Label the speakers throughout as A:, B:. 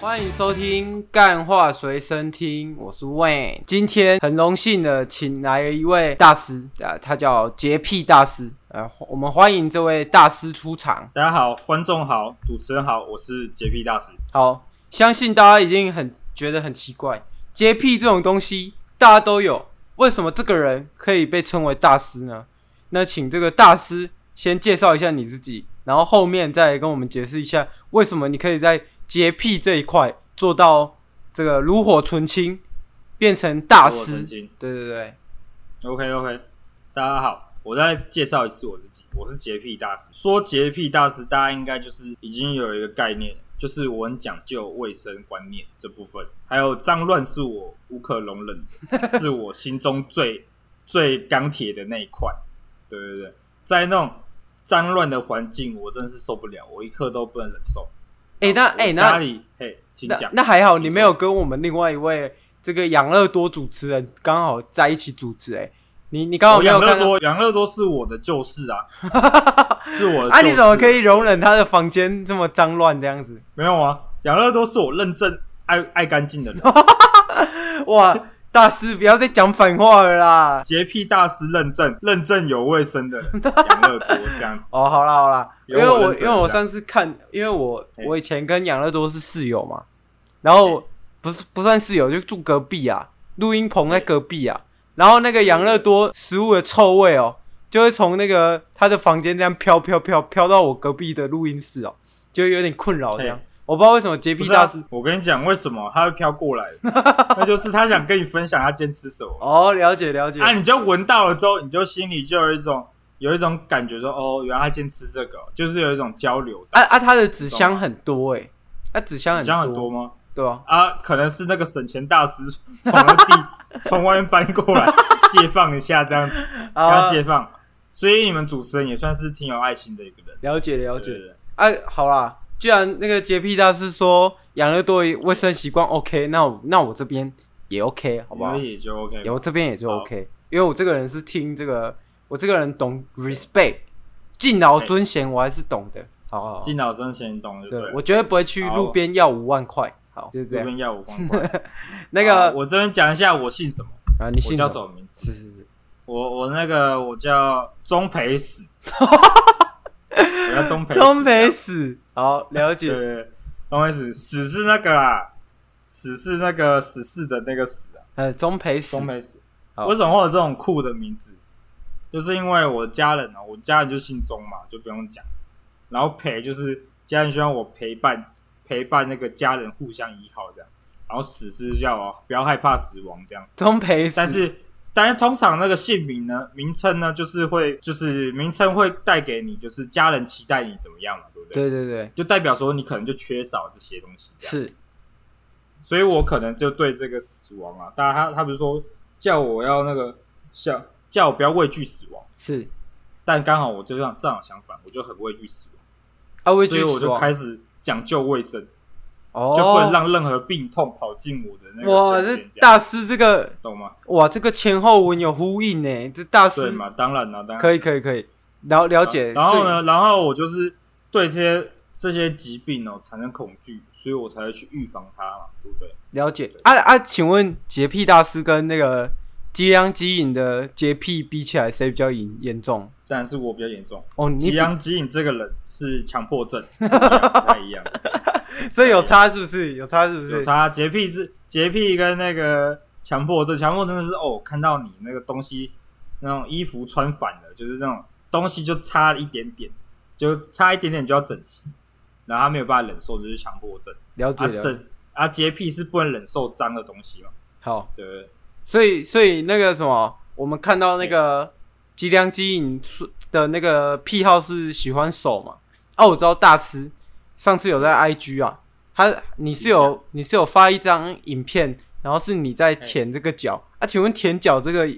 A: 欢迎收听《干话随身听》，我是 Wayne。今天很荣幸的请来了一位大师，啊，他叫洁癖大师。呃，我们欢迎这位大师出场。
B: 大家好，观众好，主持人好，我是洁癖大使。
A: 好，相信大家一定很觉得很奇怪，洁癖这种东西大家都有，为什么这个人可以被称为大师呢？那请这个大师先介绍一下你自己，然后后面再跟我们解释一下为什么你可以在洁癖这一块做到这个炉火纯青，变成大
B: 我
A: 师
B: 曾。经
A: 对对对，
B: OK OK，大家好，我再介绍一次我自己，我是洁癖大师。说洁癖大师，大家应该就是已经有一个概念，就是我很讲究卫生观念这部分，还有脏乱是我无可容忍 的，是我心中最最钢铁的那一块。对对对，在那种脏乱的环境，我真的是受不了，我一刻都不能忍受。
A: 哎、那哎、
B: 我家
A: 那
B: 里嘿，请
A: 那
B: 讲。
A: 那还好，
B: 请
A: 你
B: 说
A: 没有跟我们另外一位这个养乐多主持人刚好在一起主持、哎，你你刚好
B: 哦
A: 没有
B: 养
A: 看到
B: 乐多，养乐多是我的救 世啊，是我的
A: 啊，
B: 救
A: 你怎么
B: 世
A: 可以容忍他的房间这么脏乱这样子？
B: 没有啊，养乐多是我认证爱爱干净 的人，
A: 哇，大师不要再讲反话了啦！
B: 洁癖大师认证，认证有卫生 的人，养乐多这样子。
A: 哦，好啦好啦，因
B: 有
A: 为
B: 我
A: 我
B: 认
A: 因
B: 真
A: 为我
B: 的
A: 上次看，因为我
B: 嘿
A: 我以前跟养乐多是室友嘛，然后不是不算室友，就住隔壁啊，录音棚在隔壁啊，然后那个养乐多食物的臭味哦，就会从那个他的房间这样飘飘飘飘到我隔壁的录音室哦，就有点困扰这样
B: 嘿。
A: 我不知道为什么 洁
B: 不
A: 癖
B: 是、
A: 大
B: 啊
A: 师，
B: 我跟你讲，为什么他会飘过 来？那就是他想跟你分享他今天吃什么
A: 哦，了解了解，
B: 啊，你就闻到了之后，你就心里就有一种有一种感觉说，哦，原来他今天吃这个哦，就是有一种交流。
A: 啊啊，它的纸箱很多哎、欸，它纸箱很
B: 想很多吗？
A: 对啊，
B: 啊，可能是那个省钱大师 从那 地从外面搬过来，解放一下这样子，给他
A: 啊，
B: 解放。所以你们主持人也算是挺有爱心的一个人。
A: 了解了解
B: 对
A: 啊，好啦，既然那个洁癖大师说养乐多卫生习惯 OK，那我那我这边也 OK，好不好
B: 那？也就 OK 吧。
A: 我这边也就
B: 好
A: OK，因为我这个人是听这个，我这个人懂 respect，敬老
B: 嘿
A: 尊贤，我还是懂的。好好好，
B: 敬老尊贤懂就
A: 对
B: 了。
A: 我绝对不会去
B: 好
A: 路边要五万块。好，就是这
B: 这
A: 样。
B: 边要我光棍。
A: 那
B: 啊
A: 个
B: 我这边讲一下我姓什么，
A: 啊，你
B: 我
A: 姓
B: 叫
A: 什
B: 什
A: 么？
B: 么名
A: 是
B: 字？
A: 是是，
B: 我我那个我叫钟 培史，我叫钟培史
A: 东北死。好，了
B: 对
A: 解。
B: 对对钟培史史是那个啦，史是那个史事的那个史啊，
A: 呃，钟培死
B: 钟培史。
A: 好
B: 为什么会有这种酷的名字？就是因为我家人啊，我家人就姓钟嘛，就不用讲。然后陪就是家人希望我陪伴陪伴那个家人互相依靠这样，然后死是叫我不要害怕死亡这样。
A: 钟培死。
B: 但是但是通常那个姓名呢，名称呢，就是会就是名称会带给你就是家人期待你怎么样嘛，对不对？
A: 对对对，
B: 就代表说你可能就缺少这些东西这样。
A: 是
B: 所以我可能就对这个死亡啊，大家他他不是说叫我要那个叫叫我不要畏惧死亡，
A: 是
B: 但刚好我就这样正好相反，我就很畏惧死亡，
A: 啊，畏
B: 所
A: 惧
B: 以我
A: 死
B: 就
A: 亡
B: 开始讲究卫生，
A: 哦，
B: 就不能让任何病痛跑进我的那
A: 哇，
B: 个
A: 这
B: 身体，
A: 大师这个
B: 懂吗？
A: 哇，这个前后文有呼应呢，这大
B: 对
A: 师
B: 嘛，当然了，当然
A: 可以可以可以了了解，
B: 然后
A: 所以？
B: 呢，然后我就是对这些这些疾病哦产生恐惧，所以我才会去预防它嘛，对不对？
A: 了解啊啊，请问洁癖大师跟那个激量基饮的洁癖比起来，谁比较严严重？
B: 但是我比较严重，
A: 哦，你
B: 吉
A: 比
B: 阳吉影这个人是强迫 症，不一样不太一样。
A: 所以有差是不是？有差是不
B: 有
A: 是？
B: 差，啊洁癖是洁癖跟那个强迫症，强迫真的是哦，看到你那个东西，那种衣服穿反了，就是那种东西就差一点点，就差一点点就要整齐，然后他没有办法忍受，这就是强迫症。
A: 了解
B: 啊
A: 了解，
B: 整啊洁癖是不能忍受脏的东西嘛，
A: 好，
B: 对不对？
A: 所以所以那个什么，我们看到那个吉良基影的那个癖好是喜欢手嘛？啊，我知道大师上次有在 IG 啊，他你是有你是有发一张影片，然后是你在舔这个脚啊？请问舔脚这个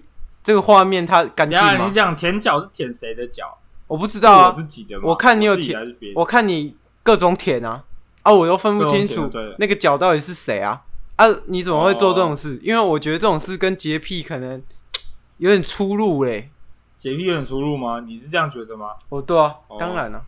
A: 这个画面它干
B: 等一
A: 净
B: 下你
A: 吗？
B: 讲舔脚是舔谁的脚？
A: 我不知
B: 是
A: 道
B: 我
A: 啊，
B: 自己的吗？
A: 我看你有
B: 自己
A: 舔
B: 还是别人？
A: 我看你各种舔啊啊，我都分不清
B: 各种
A: 楚
B: 舔对
A: 那个脚到底是谁啊啊！你怎么会做这种
B: 哦
A: 事？因为我觉得这种事跟洁癖可能有点出入嘞。
B: 洁癖有点出入吗？你是这样觉得吗？
A: 哦，对啊，
B: 哦
A: 当然了、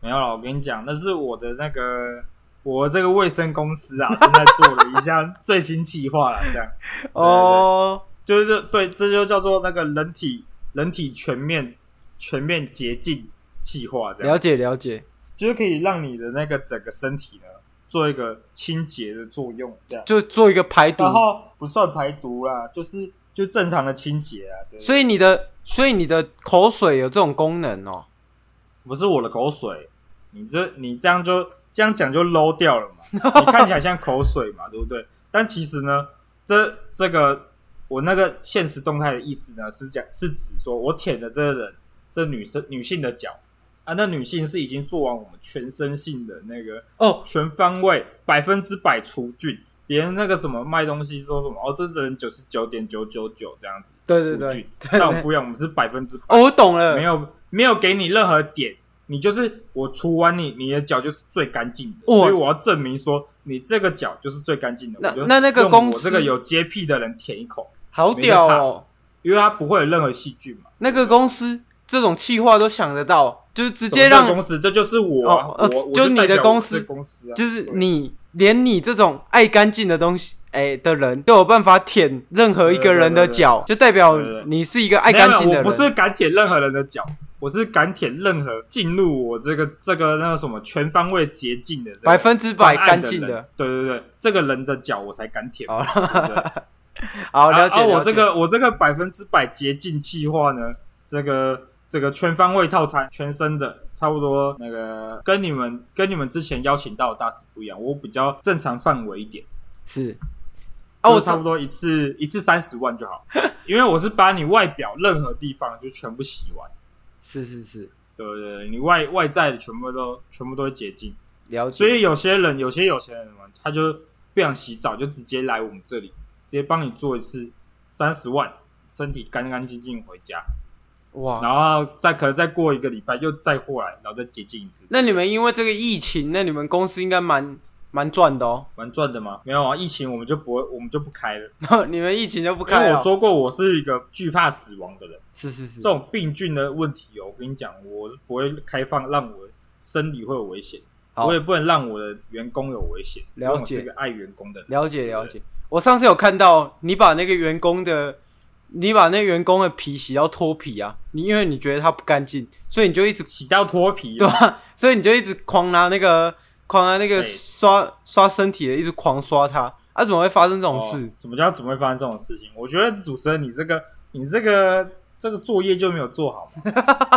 B: 没有啦，我跟你讲，那是我的那个我这个卫生公司啊，正在做的一项最新计划啦，这样
A: 哦，
B: 就是这对，这就叫做那个人体人体全面全面洁净计划，这样
A: 了解了解，
B: 就是可以让你的那个整个身体呢做一个清洁的作用，这样，
A: 就做一个排毒。
B: 然后不算排毒啦，就是就正常的清洁啊，对，
A: 所以你的，所以你的口水有这种功能哦。
B: 不是我的口水，你这你这样就这样讲就 low 掉了嘛？你看起来像口水嘛， 对不对？但其实呢，这这个我那个现实动态的意思呢，是讲是指说我舔的这个人，这女生女性的脚啊，那女性是已经做完我们全身性的那个
A: 哦，
B: 全方位百分之百除菌。别人那个什么卖东西说什么哦，这人九十九点九九九这样子
A: 对对
B: 除
A: 对，
B: 菌，但我们不一样，我们是百分之百。
A: 哦，我懂了
B: 没。有没有给你任何点，你就是我除完你，你的脚就是最干净的，
A: 哇
B: 所以我要证明说你这个脚就是最干净的。
A: 那
B: 我就
A: 那那个
B: 用
A: 公
B: 我
A: 司
B: 这个有洁癖的人舔一口，
A: 好
B: 没
A: 屌
B: 得怕
A: 哦！
B: 因为它不会有任何细菌嘛。
A: 那个公司这种气话都想得到，就是直
B: 直
A: 接让，
B: 公司，这就是我啊、
A: 哦呃
B: 我我
A: 就你的
B: 代表我
A: 公司
B: 这公司、啊、
A: 就是
B: 对
A: 你连你这种爱干净的东西，哎、的人都有办法舔任何一个人的脚，就代表
B: 对对对
A: 你是一个爱
B: 没有
A: 干净的人。
B: 我不是敢舔任何人的脚，我是敢舔任何进入我这个这个那个什么全方位洁净的这个
A: 百分之百
B: 方案
A: 干净
B: 人
A: 的。。
B: 对对对，这个人的脚我才敢舔嘛。
A: 好
B: 对不对
A: 好，
B: 然
A: 了
B: 后
A: 解。了
B: 啊我
A: 解
B: 这个我这个百分之百洁净计划呢，这个这个全方位套餐，全身的，差不多那个跟你们跟你们之前邀请到的大师不一样，我比较正常范围一点。
A: 是啊，
B: 啊，
A: 我
B: 我差不
A: 多
B: 多一次一次三十万就好，因为我是把你外表任何地方就全部洗完，
A: 是是是
B: 对不对？你外外在的全部都全部都会洁净，
A: 了解。
B: 所以有些人有些有钱人嘛，他就不想洗澡，就直接来我们这里，直接帮你做一次三十万，身体干干净净回家。
A: 哇，
B: 然后再可能再过一个礼拜又再过来，然后再解禁一次，
A: 那你们因为这个疫情，那你们公司应该蛮蛮赚的哦。
B: 蛮赚的吗？没有啊，疫情我们就不会，我们就不开了。
A: 你们疫情就不
B: 因
A: 开啊嗯
B: 为
A: 了。
B: 我说过，我是一个惧怕死亡的人，
A: 是是是
B: 这，种病菌的问题哦，我跟你讲，我是不会开放让我生理会有危险，
A: 好
B: 我也不能让我的员工有危险。因为
A: 了解
B: 我是一个爱员工的人。
A: 了解了解。我上次有看到你把那个员工的，你把那个员工的皮洗到脱皮啊，你因为你觉得他不干净，所以你就一直
B: 洗到脱皮，
A: 对吧、所以你就一直狂拿那个狂拿那个
B: 对
A: 刷刷身体的，一直狂刷它。啊，怎么会发生这种
B: 哦
A: 事？
B: 什么叫怎么会发生这种事情？我觉得主持人你这个你这个这个作业就没有做好 嘛。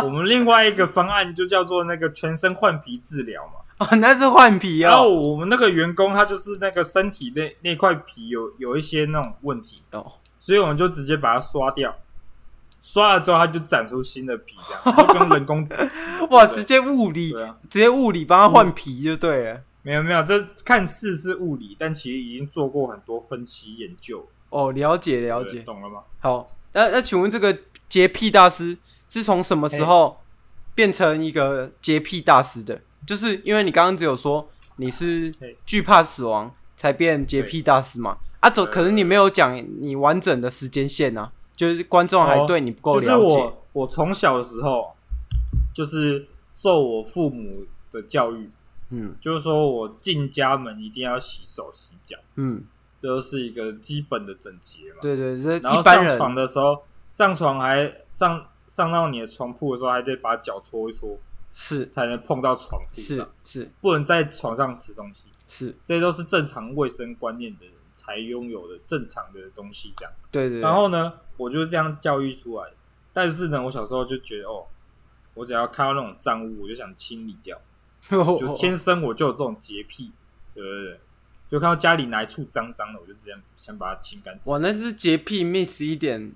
B: 我们另外一个方案就叫做那个全身换皮治疗嘛。
A: 哦， 那是换皮
B: 然后
A: 哦。
B: 我们那个员工他就是那个身体那那块皮有有一些那种问题，
A: 哦
B: 所以我们就直接把它刷掉。刷了之后，它就长出新的皮，这样就跟人工植。
A: 哇，
B: 对
A: 直接物理，
B: 对啊，
A: 直接物理帮他换皮就对了。
B: 没有没有，这看似是物理，但其实已经做过很多分析研究。
A: 哦，了解了
B: 对
A: 解。
B: 懂了吗？
A: 好，那那请问这个洁癖大师是从什
B: 哎
A: 么时候变成一个洁癖大师的？就是因为你刚刚只有说你是
B: 嘿
A: 惧怕死亡才变洁癖大师嘛？啊，走，
B: 对
A: 可是你没有讲你完整的时间线啊，就是观众还
B: 哦
A: 对你不够
B: 就是
A: 了解。
B: 我，我从小的时候就是受我父母的教育，
A: 嗯
B: 就是说我进家门一定要洗手洗脚，
A: 嗯，
B: 这是一个基本的整洁嘛。
A: 对对，这
B: 然后
A: 一般
B: 上
A: 人
B: 床的时候，上床还上上到你的床铺的时候，还得把脚搓一搓，
A: 是
B: 才能碰到床铺
A: 是
B: 上，
A: 是
B: 不能在床上吃东西。
A: 是，
B: 这些都是正常卫生观念的人才拥有的正常的东西，这样。
A: 对对对。
B: 然后呢，我就是这样教育出来。但是呢，我小时候就觉得，哦，我只要看到那种脏污，我就想清理掉，
A: 哦
B: 就天生我就有这种洁癖，对不对？就看到家里哪一处脏脏的，我就这样想把它清干净。
A: 哇，那是洁癖 miss 一点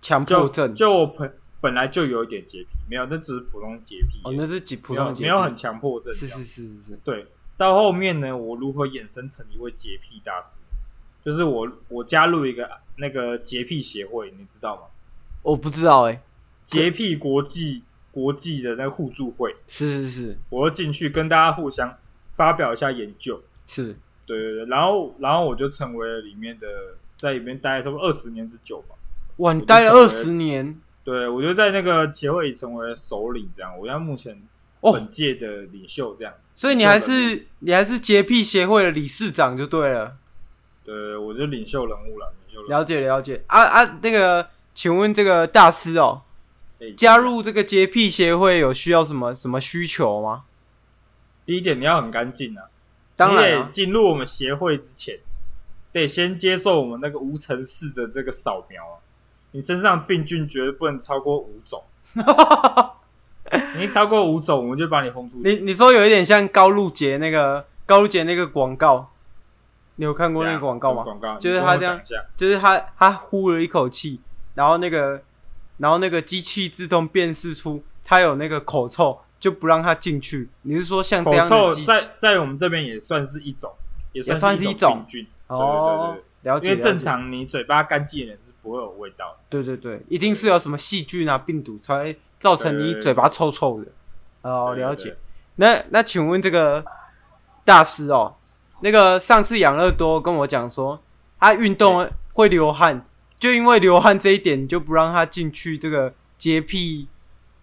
A: 强迫
B: 就
A: 症
B: 就我本本来就有一点洁癖，没有，那只是普通洁癖，
A: 哦，那是几普
B: 没
A: 通
B: 有
A: 的洁
B: 没有
A: 癖
B: 很强迫症这
A: 是
B: 样。
A: 是是是是，
B: 对，到后面呢，我如何衍生成一位洁癖大师？就是我我加入一个那个洁癖协会，你知道吗？
A: 我不知道哎、
B: 洁癖国际国际的那个互助会，
A: 是是是
B: 我就进去跟大家互相发表一下研究，
A: 是，
B: 对对对，然后然后我就成为了里面的，在里面待了差不多二十年之久吧。
A: 哇，你
B: 就
A: 待了
B: 成为
A: 二十年
B: 对，我就在那个协会里成为首领，这样，我在目前
A: 哦，
B: 本届的领袖这样。
A: 所以你
B: 受
A: 还
B: 了
A: 是你还是洁癖协会的理事长就对了，
B: 对，我就领袖人物了，领袖人物。
A: 了解了解啊啊，那个，请问这个大师哦，
B: 哎
A: 加入这个洁癖协会有需要什么什么需求吗？
B: 第一点，你要很干净啊。
A: 当
B: 你
A: 然、
B: 得
A: 啊，
B: 进入我们协会之前，得先接受我们那个无尘室的这个扫描啊。你身上病菌绝对不能超过五 种，你一超过五种，我们就把你轰出去。
A: 你你说有一点像高露洁那个高露洁那个广告，你有看过那个广告
B: 吗？
A: 吗？
B: 广告
A: 就是
B: 你跟
A: 他
B: 我
A: 这样
B: 讲一下，
A: 就是他他呼了一口气，然后那个然后那个机器自动辨识出他有那个口臭，就不让他进去。你是说像这
B: 口
A: 样的
B: 臭
A: 机器？
B: 在在我们这边也算是一种，也
A: 也算是
B: 一
A: 一种
B: 病菌。
A: 哦，
B: 对对
A: 了
B: 因
A: 解，
B: 为正
A: 了解，
B: 常你嘴巴干净的人是不会有味道的。
A: 对对对，一定是有什么细菌啊、病毒才会造成
B: 对对
A: 你
B: 对
A: 嘴巴臭臭的。哦，
B: 对
A: 了解。。那那请问这个大师哦，那个上次养乐多跟我讲说，他运动会流汗，就因为流汗这一点，你就不让他进去这个洁癖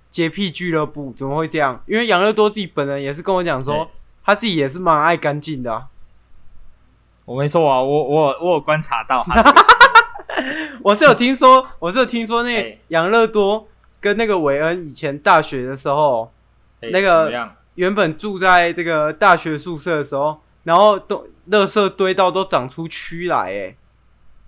A: 洁癖俱乐部，怎么会这样？因为养乐多自己本人也是跟我讲说
B: 对，
A: 他自己也是蛮爱干净的啊、
B: 我没错啊，我我我有观察到 他，
A: 我是有听说，我是有听说那
B: 哎
A: 养乐多跟那个韦恩以前大学的时候，
B: 哎
A: 那个
B: 怎么样？
A: 原本住在这个大学宿舍的时候，然后都垃圾堆到都长出蛆来，哎，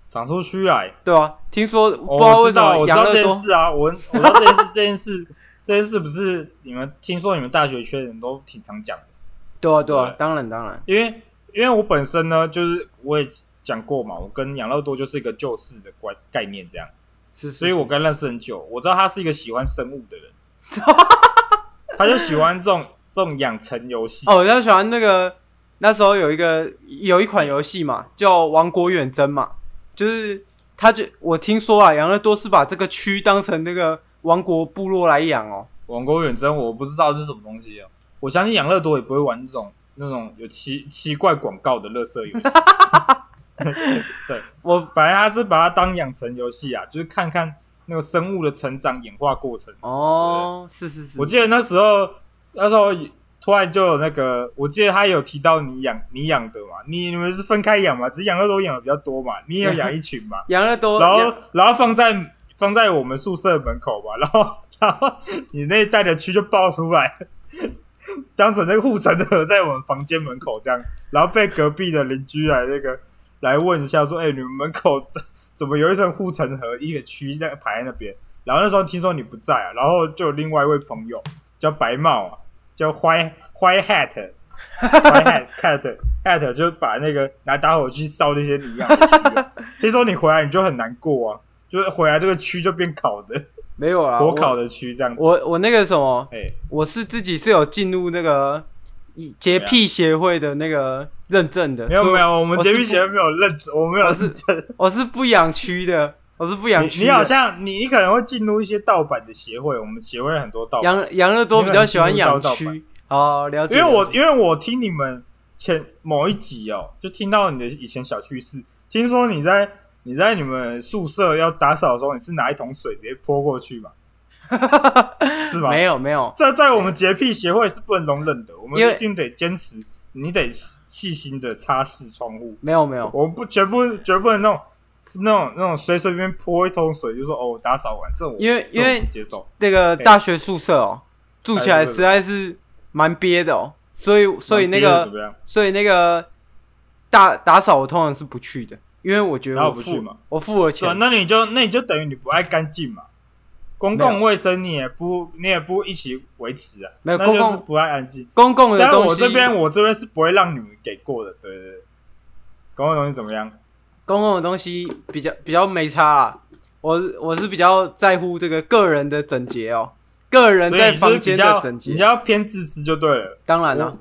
B: 长出蛆来，
A: 对啊，听说不
B: 哦
A: 知道
B: 我
A: 为
B: 知
A: 什
B: 道
A: 么
B: 我知
A: 养
B: 道
A: 乐
B: 这件
A: 多，
B: 事啊，我我知道这件事，这件事， 这件事不是你们听说你们大学圈人都挺常讲的，
A: 对啊对啊
B: 对，
A: 当然当然，
B: 因为因为我本身呢，就是我也讲过嘛，我跟养乐多就是一个旧式的概概念这样，
A: 是，
B: 所以我
A: 是
B: 跟他认识很久，我知道他是一个喜欢生物的人， 他就喜欢这种这种养成游戏，
A: 哦，我就喜欢那个那时候有一个有一款游戏嘛，叫《王国远征》嘛，就是他就我听说啊，养乐多是把这个蛆当成那个王国部落来养哦，
B: 王国远征，我不知道这是什么东西啊。我相信养乐多也不会玩这种那种有奇奇怪广告的乐色游戏。 对
A: 我
B: 反正他是把它当养成游戏啊，就是看看那个生物的成长演化过程。
A: 哦，是是是，
B: 我记得那时候，那时候突然就有那个，我记得他有提到你养你养的嘛，你你们是分开养嘛，只是养乐多养的比较多嘛，你也有养一群嘛，
A: 养乐多，
B: 然
A: 养
B: 后然后放在放在我们宿舍门口吧， 然后然后你那一带的蛆就爆出来，当时那个护城河在我们房间门口这样，然后被隔壁的邻居来那个来问一下说，哎、你们门口怎怎么有一层护城河，一个蛆在排在那边？然后那时候听说你不在、啊，然后就有另外一位朋友叫白帽啊，叫坏坏 hat。坏 hat cat hat 就把那个拿打火机烧那些你养的蛆啊、听说你回来你就很难过啊，就是回来这个蛆就变烤的，
A: 没有啦，
B: 火
A: 我
B: 烤的蛆这样子。
A: 啊我我那个什么，
B: 哎、
A: 我是自己是有进入那个洁癖协会的那个认证的，
B: 没有
A: 所以
B: 没，啊有，我们
A: 我
B: 洁
A: 是
B: 癖
A: 不
B: 学没有认真，我没有
A: 我是
B: 认真。
A: 我是不养蛆的，我是不养
B: 你
A: 蛆的。
B: 你好像你你可能会进入一些盗版的协会，我们协会很多盗版，
A: 养养乐多比较喜欢养
B: 你很
A: 蛆，哦，了解。
B: 因为我
A: 了解
B: 因为我听你们前某一集哦，就听到你的以前小趣事，听说你在你在你们宿舍要打扫的时候，你是拿一桶水直接泼过去 嘛？是吗？
A: 没有没有，
B: 这在我们洁癖协会是不能容忍的，我们
A: 因为
B: 一定得坚持，你得细心的擦拭窗户，
A: 没有没有，
B: 我们不绝不绝不能那种那种那种随随便泼一桶水就说哦我打扫完，这我
A: 因为
B: 这我
A: 因为
B: 不接受，
A: 那个
B: 哎
A: 大学宿舍哦，住起来
B: 哎对对
A: 实在是蛮憋的哦，所以所以那
B: 别人怎
A: 个
B: 么样？
A: 所以那个打打扫我通常是不去的，因为我觉得
B: 然
A: 我
B: 后不去
A: 付
B: 嘛
A: 我付了
B: 是啊，
A: 钱，
B: 那你就那你就等于你不爱干净嘛，公
A: 没
B: 共卫生你也不你也不一起维持啊，
A: 没有
B: 那就是
A: 公共
B: 不爱干净。
A: 公共的
B: 在
A: 东西
B: 我这边，我这边是不会让你们给过的，对对对。公共东西怎么样？
A: 公共的东西比较比较没差啦。我是我是比较在乎这个个人的整洁哦，个人
B: 所以
A: 在
B: 你是
A: 房
B: 比
A: 间
B: 较
A: 的整
B: 比
A: 洁。
B: 较偏自私就对了。
A: 当然啦、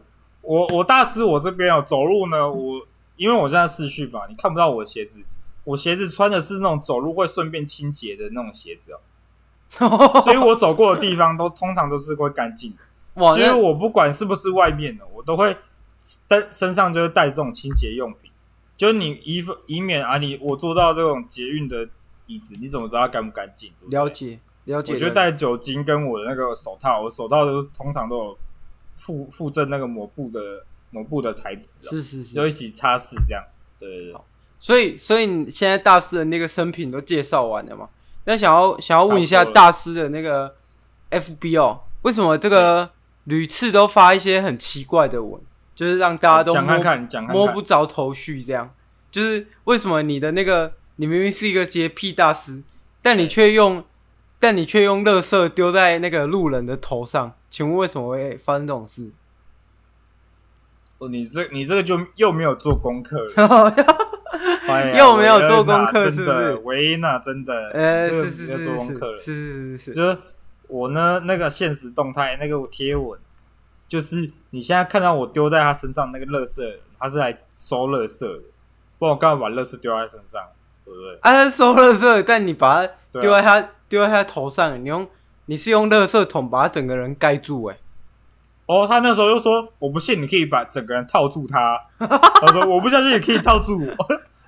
B: 我我大师我这边哦，走路呢，我因为我现在市区吧，你看不到我的鞋子，我鞋子穿的是那种走路会顺便清洁的那种鞋子哦，所以我走过的地方都通常都是会干净的。
A: 哇，
B: 其实
A: 哦那
B: 我不管是不是外面的，我都会带身上就会带这种清洁用品，就是你以防以免啊你我坐到这种捷运的椅子，你怎么知道它干不干净？对不对
A: 了解了解，
B: 我觉
A: 了
B: 得
A: 解
B: 带酒精跟我的那个手套，我手套都是通常都有附附赠那个抹布的抹布的材质、哦，
A: 是是是，
B: 就一起擦拭这样。对对对
A: 好，所以，所以你现在大师的那个生平都介绍完了嘛？那想要想要问一下
B: 差不多了
A: 大师的那个 FB 哦，为什么这个屡次都发一些很奇怪的文，就是让大家都摸
B: 讲看看，你讲看看，
A: 摸不着头绪？这样就是为什么你的那个你明明是一个洁癖大师，但你却用但你却用垃圾丢在那个路人的头上？请问为什么会发生这种事？
B: 哦你这你这个就又没有做功 课了，哎呀
A: 又没有做功课是不是
B: 维恩啊真的维恩啊，真的，
A: 呃，
B: 你这个
A: 是是
B: 没
A: 是
B: 有
A: 是
B: 做功课了
A: 是。是是是，
B: 就是我呢，那个现实动态那个贴文，就是你现在看到我丢在他身上那个垃圾，他是来收垃圾的，不然我干嘛把垃圾丢在他身上？对不对？
A: 啊，他收垃圾，但你把它
B: 对啊
A: 丢在他丢在他头上，你用你是用垃圾桶把他整个人盖住、欸，
B: 哦，他那时候就说：“我不信你可以把整个人套 住他。”他说：“我不相信你可以套住我，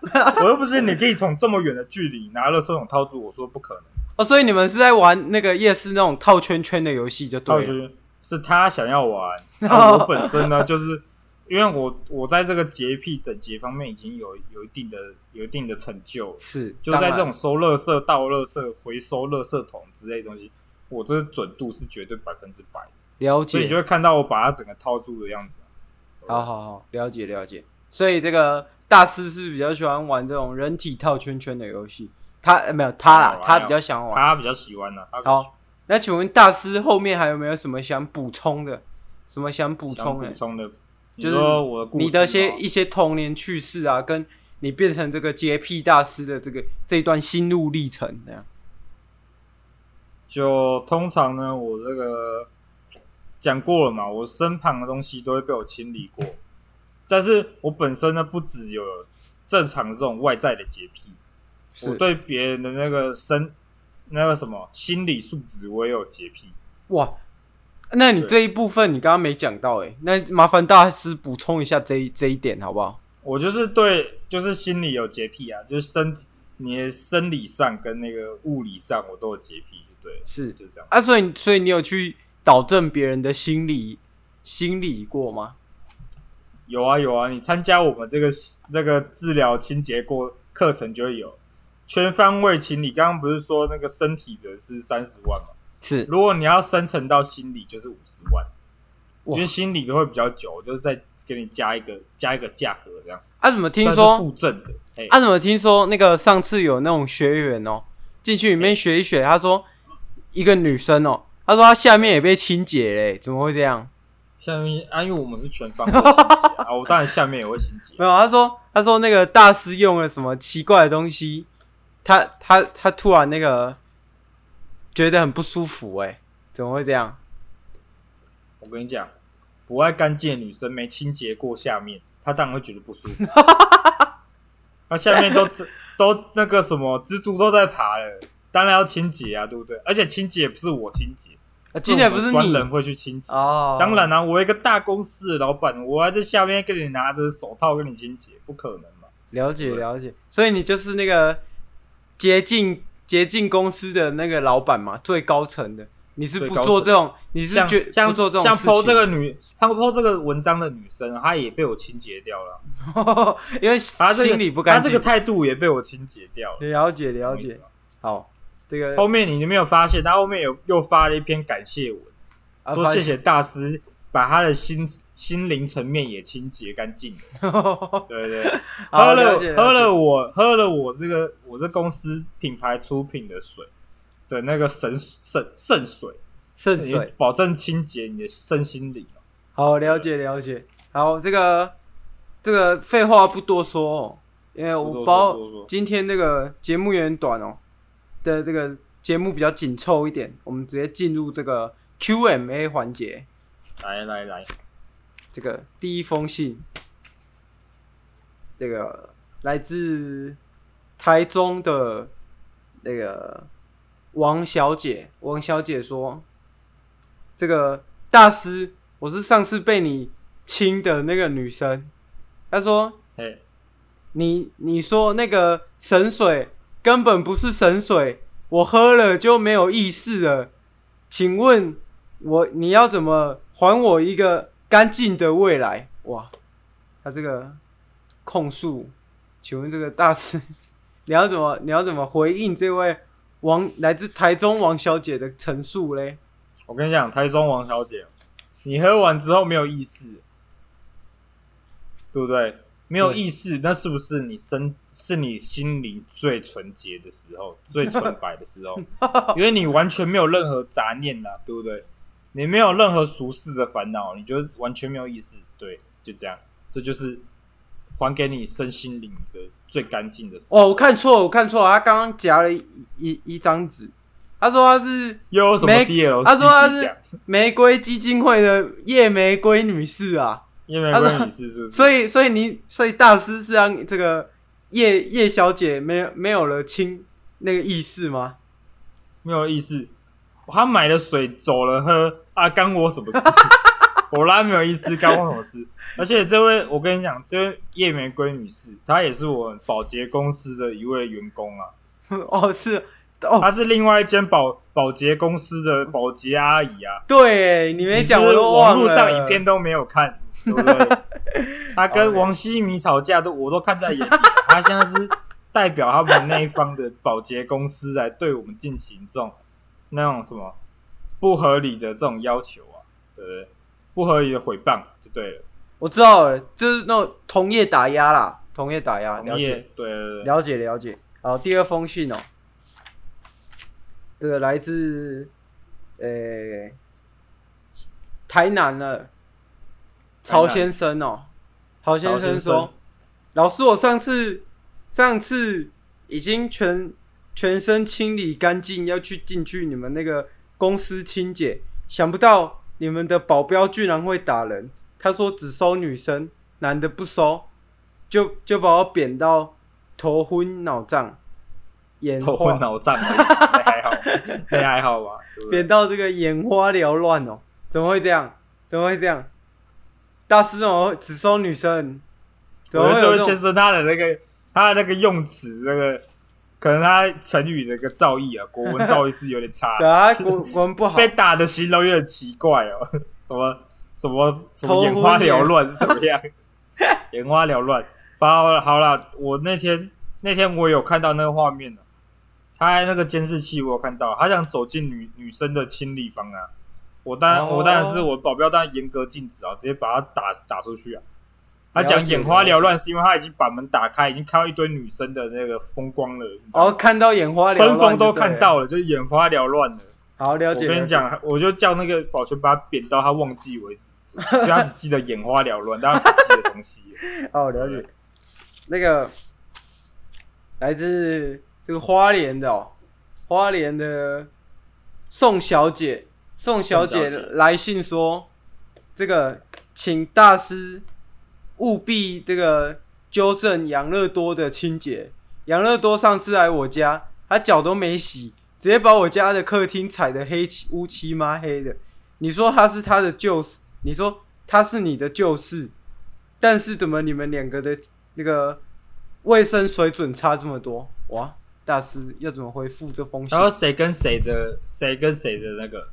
B: 我又不信你可以从这么远的距离拿垃圾桶套住我。”说不可能，
A: 哦，所以你们是在玩那个夜市那种套圈圈的游戏就
B: 他
A: 对啊了，
B: 说是他想要玩， 然后我本身呢，就是因为我我在这个洁癖整洁方面已经有有一定的有一定的成就了，
A: 是，
B: 就
A: 当
B: 在
A: 然
B: 这种收垃圾、倒垃圾、回收垃圾桶之类的东西，我这准度是绝对百分之百，
A: 了
B: 所以你就
A: 解，
B: 会看到我把它整个套住的样子。
A: 好好好，了解了解，所以这个大师是比较喜欢玩这种人体套圈圈的游戏，他、呃没有他啦
B: 没，有
A: 他
B: 啊
A: 比较想玩。
B: 他比较喜欢呢、啊他比较喜
A: 好，那请问大师后面还有没有什么想补充的？什么想补
B: 想
A: 充
B: 补
A: 的？
B: 充的，你
A: 就是
B: 说我的故事
A: 你的
B: 吗
A: 一些一些童年趣事啊，跟你变成这个洁癖大师的这个这一段心路历程，这样
B: 就通常呢，我这个讲过了嘛，我身旁的东西都会被我清理过，但是我本身呢，不只有正常这种外在的洁癖，我
A: 是
B: 对别人的那个身那个什么心理素质，我也有洁癖。
A: 哇。那你
B: 对
A: 这一部分你刚刚没讲到哎、那麻烦大师补充一下这一这一点好不好？
B: 我就是对，就是心理有洁癖啊，就是身体你的生理上跟那个物理上，我都有洁癖，就对了，
A: 是
B: 就这样。
A: 啊，所以所以你有去导正别人的心理心理过吗？
B: 有啊有啊，你参加我们这个那个治疗清洁过课程就会有全方位清理。刚刚不是说那个身体的是三十万嘛？
A: 是
B: 如果你要深层到心理，就是五十万，
A: 哇
B: 因为心理都会比较久，我就是再给你加一个加一个价格这样。
A: 啊，怎么听
B: 算是
A: 说
B: 附赠的，哎、
A: 啊？怎么听说那个上次有那种学员哦，进去里面学一学，他说一个女生哦，她说她下面也被清洁嘞、怎么会这样？
B: 下面啊，因为我们是全方位清 洁啊，我当然下面也会清洁
A: 没。有，他说他说那个大师用了什么奇怪的东西，他他他突然那个觉得很不舒服、欸，怎么会这样？
B: 我跟你讲，不爱干净的女生没清洁过下面，她当然会觉得不 舒服。那下面都 都那个什么蜘蛛都在爬了，当然要清洁啊，对不对？而且清洁也不是我清洁，
A: 啊，今天
B: 我
A: 不
B: 们
A: 是
B: 专
A: 你
B: 人会去清洁。
A: 哦，
B: 当然啦、啊我一个大公司的老板，我还在下面给你拿着手套跟你清洁，不可能嘛？
A: 了解了解，所以你就是那个捷径捷径公司的那个老板嘛，最高层的，你是
B: 最
A: 不
B: 高
A: 做
B: 层
A: 这种，你是
B: 像
A: 绝
B: 像
A: 不做这种
B: 像
A: 事情
B: PO 这个女 PO 这个文章的女生，她也被我清洁掉了，
A: 因为
B: 她这个
A: 心里不干
B: 她这
A: 净。
B: 个态度也被我清洁掉了，
A: 了解了
B: 懂我意思
A: 解
B: 吗，
A: 好，这个
B: 后面你有没有发现，他后面有又发了一篇感谢文，
A: 啊
B: 说谢谢大师把他的心心灵层面也清洁干净了，
A: 好
B: 对不对？喝
A: 了
B: 了
A: 解
B: 喝
A: 解
B: 了我喝了我这个我这公司品牌出品的水的那个神圣圣水，
A: 圣
B: 你
A: 水。
B: 保证清洁你的身心灵哦。
A: 好，了解了解。好，这个这个废话不多说、哦，因为
B: 不
A: 我
B: 多说
A: 包
B: 不多说
A: 今天这个节目有点短哦的这个节目比较紧凑一点，我们直接进入这个 Q&A 环节。
B: 来来来，
A: 这个第一封信，这个来自台中的那个王小姐，王小姐说：“这个大师，我是上次被你亲的那个女生。”她说
B: 嘿，：“
A: 你你说那个神水根本不是神水，我喝了就没有意识了。请问我你要怎么还我一个干净的未来？”哇，他这个控诉，请问这个大师， 你要怎么你要怎么回应这位王来自台中王小姐的陈述嘞？
B: 我跟你讲，台中王小姐，你喝完之后没有意识，对不对？没有意识，那是不是你身是你心灵最纯洁的时候，最纯白的时 候？因为你完全没有任何杂念呐、对不对？你没有任何俗世的烦恼，你就完全没有意识，对，就这样，这就是还给你身心灵一个最干净的时候。
A: 哦，我看错了，我看错了，他刚刚夹了一一一张纸，他说他是
B: 又有什么
A: 没
B: DL？
A: 他说他是玫瑰基金会的夜玫瑰女士啊，
B: 因为
A: 他说
B: 关你是是不是？
A: 所以所以你所以大师是让这个叶叶小姐没有没有了亲那个意识吗？
B: 没有意思。他买了水走了喝啊，干我什么事？我拉没有意思，干我什么事？而且这位，我跟你讲，这位夜玫瑰女士，她也是我们保洁公司的一位员工啊，
A: 哦，是哦，
B: 她是另外一间保保洁公司的保洁阿姨啊。
A: 对，你没讲
B: 你
A: 我
B: 是
A: 都
B: 网
A: 忘了。
B: 络上影片都没 有看，对不对？她跟王希米吵架都我都看在眼里，她现在是代表他们那一方的保洁公司来对我们进行这种那种什么不合理的这种要求啊，对不对？不合理的诽谤就对了，
A: 我知道了，就是那种同业打压啦，同业打压，了
B: 同
A: 解
B: 业对对对，
A: 了解了解。好，第二封信哦，这个来自呃、台南的曹先生哦，曹先
B: 曹
A: 生
B: 先
A: 说
B: 生：“
A: 老师，我上次上次已经全全身清理干净，要去进去你们那个公司清洁，想不到你们的保镖居然会打人。他说只收女生，男的不收，就就把我贬到头昏脑胀，眼
B: 头昏
A: 花
B: 脑胀而已，那还好，那还好吧？对不对
A: 贬到这个眼花缭乱哦，怎么会这样？怎么会这样？大师怎么会只收女生？怎
B: 我
A: 么会
B: 觉得这
A: 有
B: 位
A: 这
B: 先
A: 种？
B: 生他的那个他的那个用词，那个可能他成语的那个造诣啊，国文造诣是有点差
A: 对，啊，国国文不好
B: 被，打的形容有点奇怪哦， 什么什么什么眼花缭乱是什么 样？眼花缭乱。好了好了，我那天那天我有看到那个画面了，他那个监视器我有看到，他想走进女女生的清理房啊。我当然、
A: 哦
B: 我当然是我保镖，当然严格禁止啊，直接把他打打出去啊。他
A: 了
B: 讲
A: 解
B: 眼花缭乱，是因为他已经把门打开，已经看到一堆女生的那个风光了，你知道
A: 哦，
B: 吗
A: 看到眼花缭乱，
B: 春风都看。到了，就是眼花缭乱了。
A: 好，了
B: 我
A: 解。
B: 跟你
A: 了解，
B: 讲，我就叫那个保全把他扁到他忘记为止，所以他只记得眼花缭乱，但他不记得东西。
A: 哦，了解。那个来自这个花莲的哦，花莲的宋小姐，宋小姐
B: 宋小姐
A: 来信说，这个请大师务必这个纠正养乐多的清洁。养乐多上次来我家，他脚都没洗，直接把我家的客厅踩得黑漆乌漆嘛黑的。你说他是他的旧事，你说他是你的旧事，但是怎么你们两个的那个卫生水准差这么多？哇，大师要怎么回复这封信
B: 然？后谁跟谁的，谁跟谁的那个，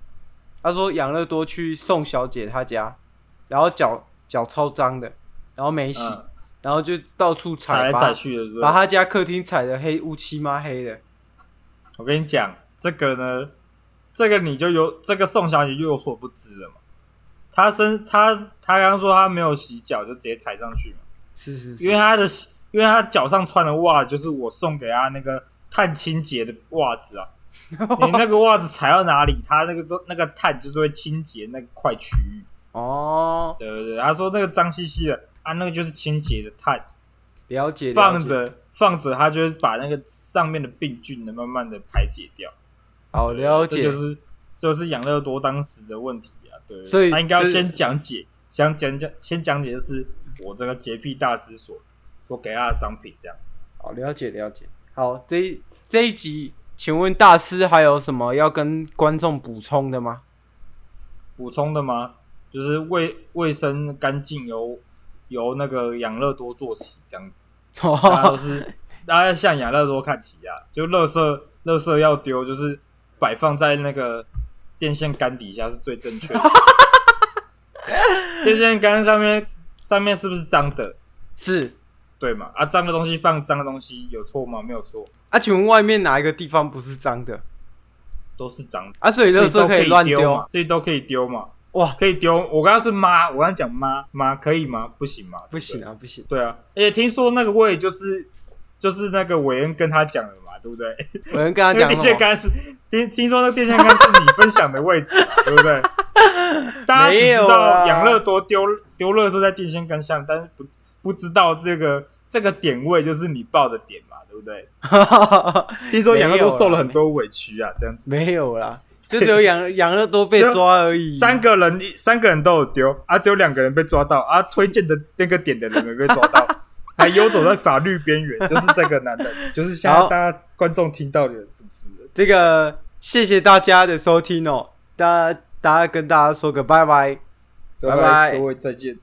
A: 他说养乐多去宋小姐她家，然后脚脚超脏的，然后没洗，
B: 嗯，
A: 然后就到处
B: 踩
A: 踩，
B: 来
A: 把
B: 踩去的对不
A: 把
B: 对。
A: 他家客厅踩的黑乌漆嘛黑的。
B: 我跟你讲，这个呢，这个你就有这个宋小姐就有所不知了嘛。她身她她刚刚说她没有洗脚，就直接踩上去嘛。
A: 是是是，
B: 因为他的，因为他脚上穿的袜子就是我送给他那个碳清洁的袜 子啊。你那个袜子踩到哪里，它那个都那个碳就是会清洁那块区域，
A: 哦，
B: 对不对？他说那个脏兮兮的啊，那个就是清洁的碳，
A: 了解，了解
B: 放着放着，它就是把那个上面的病菌呢慢慢的排解掉。
A: 好了
B: 这
A: 解，
B: 就是这就是养乐多当时的问题啊。对，
A: 所以
B: 他应该要
A: 就是
B: 先讲解，想讲讲先讲解就是我这个洁癖大师所所给他的商品这样。
A: 好，了解了解。好，这一这一集，请问大师还有什么要跟观众补充的吗？
B: 补充的吗？就是卫卫生干净由由那个养乐多做起这样子。
A: 哦
B: 大家都是大家向养乐多看齐啊，就垃圾垃圾要丢，就是摆放在那个电线杆底下是最正确的。电线杆上面上面是不是脏的？
A: 是
B: 对嘛？啊，脏的东西放脏的东西有错吗？没有错，
A: 啊，请问外面哪一个地方不是脏的？
B: 都是脏的，
A: 啊，所以垃圾
B: 可
A: 以乱
B: 丢嘛
A: 丢，，
B: 所以都可以丢嘛，
A: 哇，
B: 可以丢。我刚刚是妈，我刚刚讲妈妈可以吗？不行嘛，
A: 不行
B: 啊。
A: 啊，不行！
B: 对啊，而且听说那个我也就是就是那个韦恩跟他讲的嘛，对不对？
A: 我能跟他
B: 那个
A: 讲
B: 电
A: 什
B: 线
A: 么？
B: 杆是听听说那个电线杆是你分享的 位置嘛，对不对？大家只
A: 没
B: 知
A: 有
B: 道
A: 啊
B: 养乐多丢丢乐色在电线杆上，但是不不知道这个这个点位就是你报的点嘛，对不对？听说
A: 啊
B: 养乐多受了很多委屈啊，这样子。
A: 没有啦，就只有养养乐多被抓而已。
B: 三个人，三个人都有丢啊，只有两个人被抓到啊，推荐的那个点的人没被抓 到，还游走在法律边缘，就是这个男人，就是现在
A: 好
B: 大家观众听到的主持人，
A: 这个谢谢大家的收听哦，大家大家跟大家说个拜拜。
B: 各位
A: 拜拜
B: 各位再见。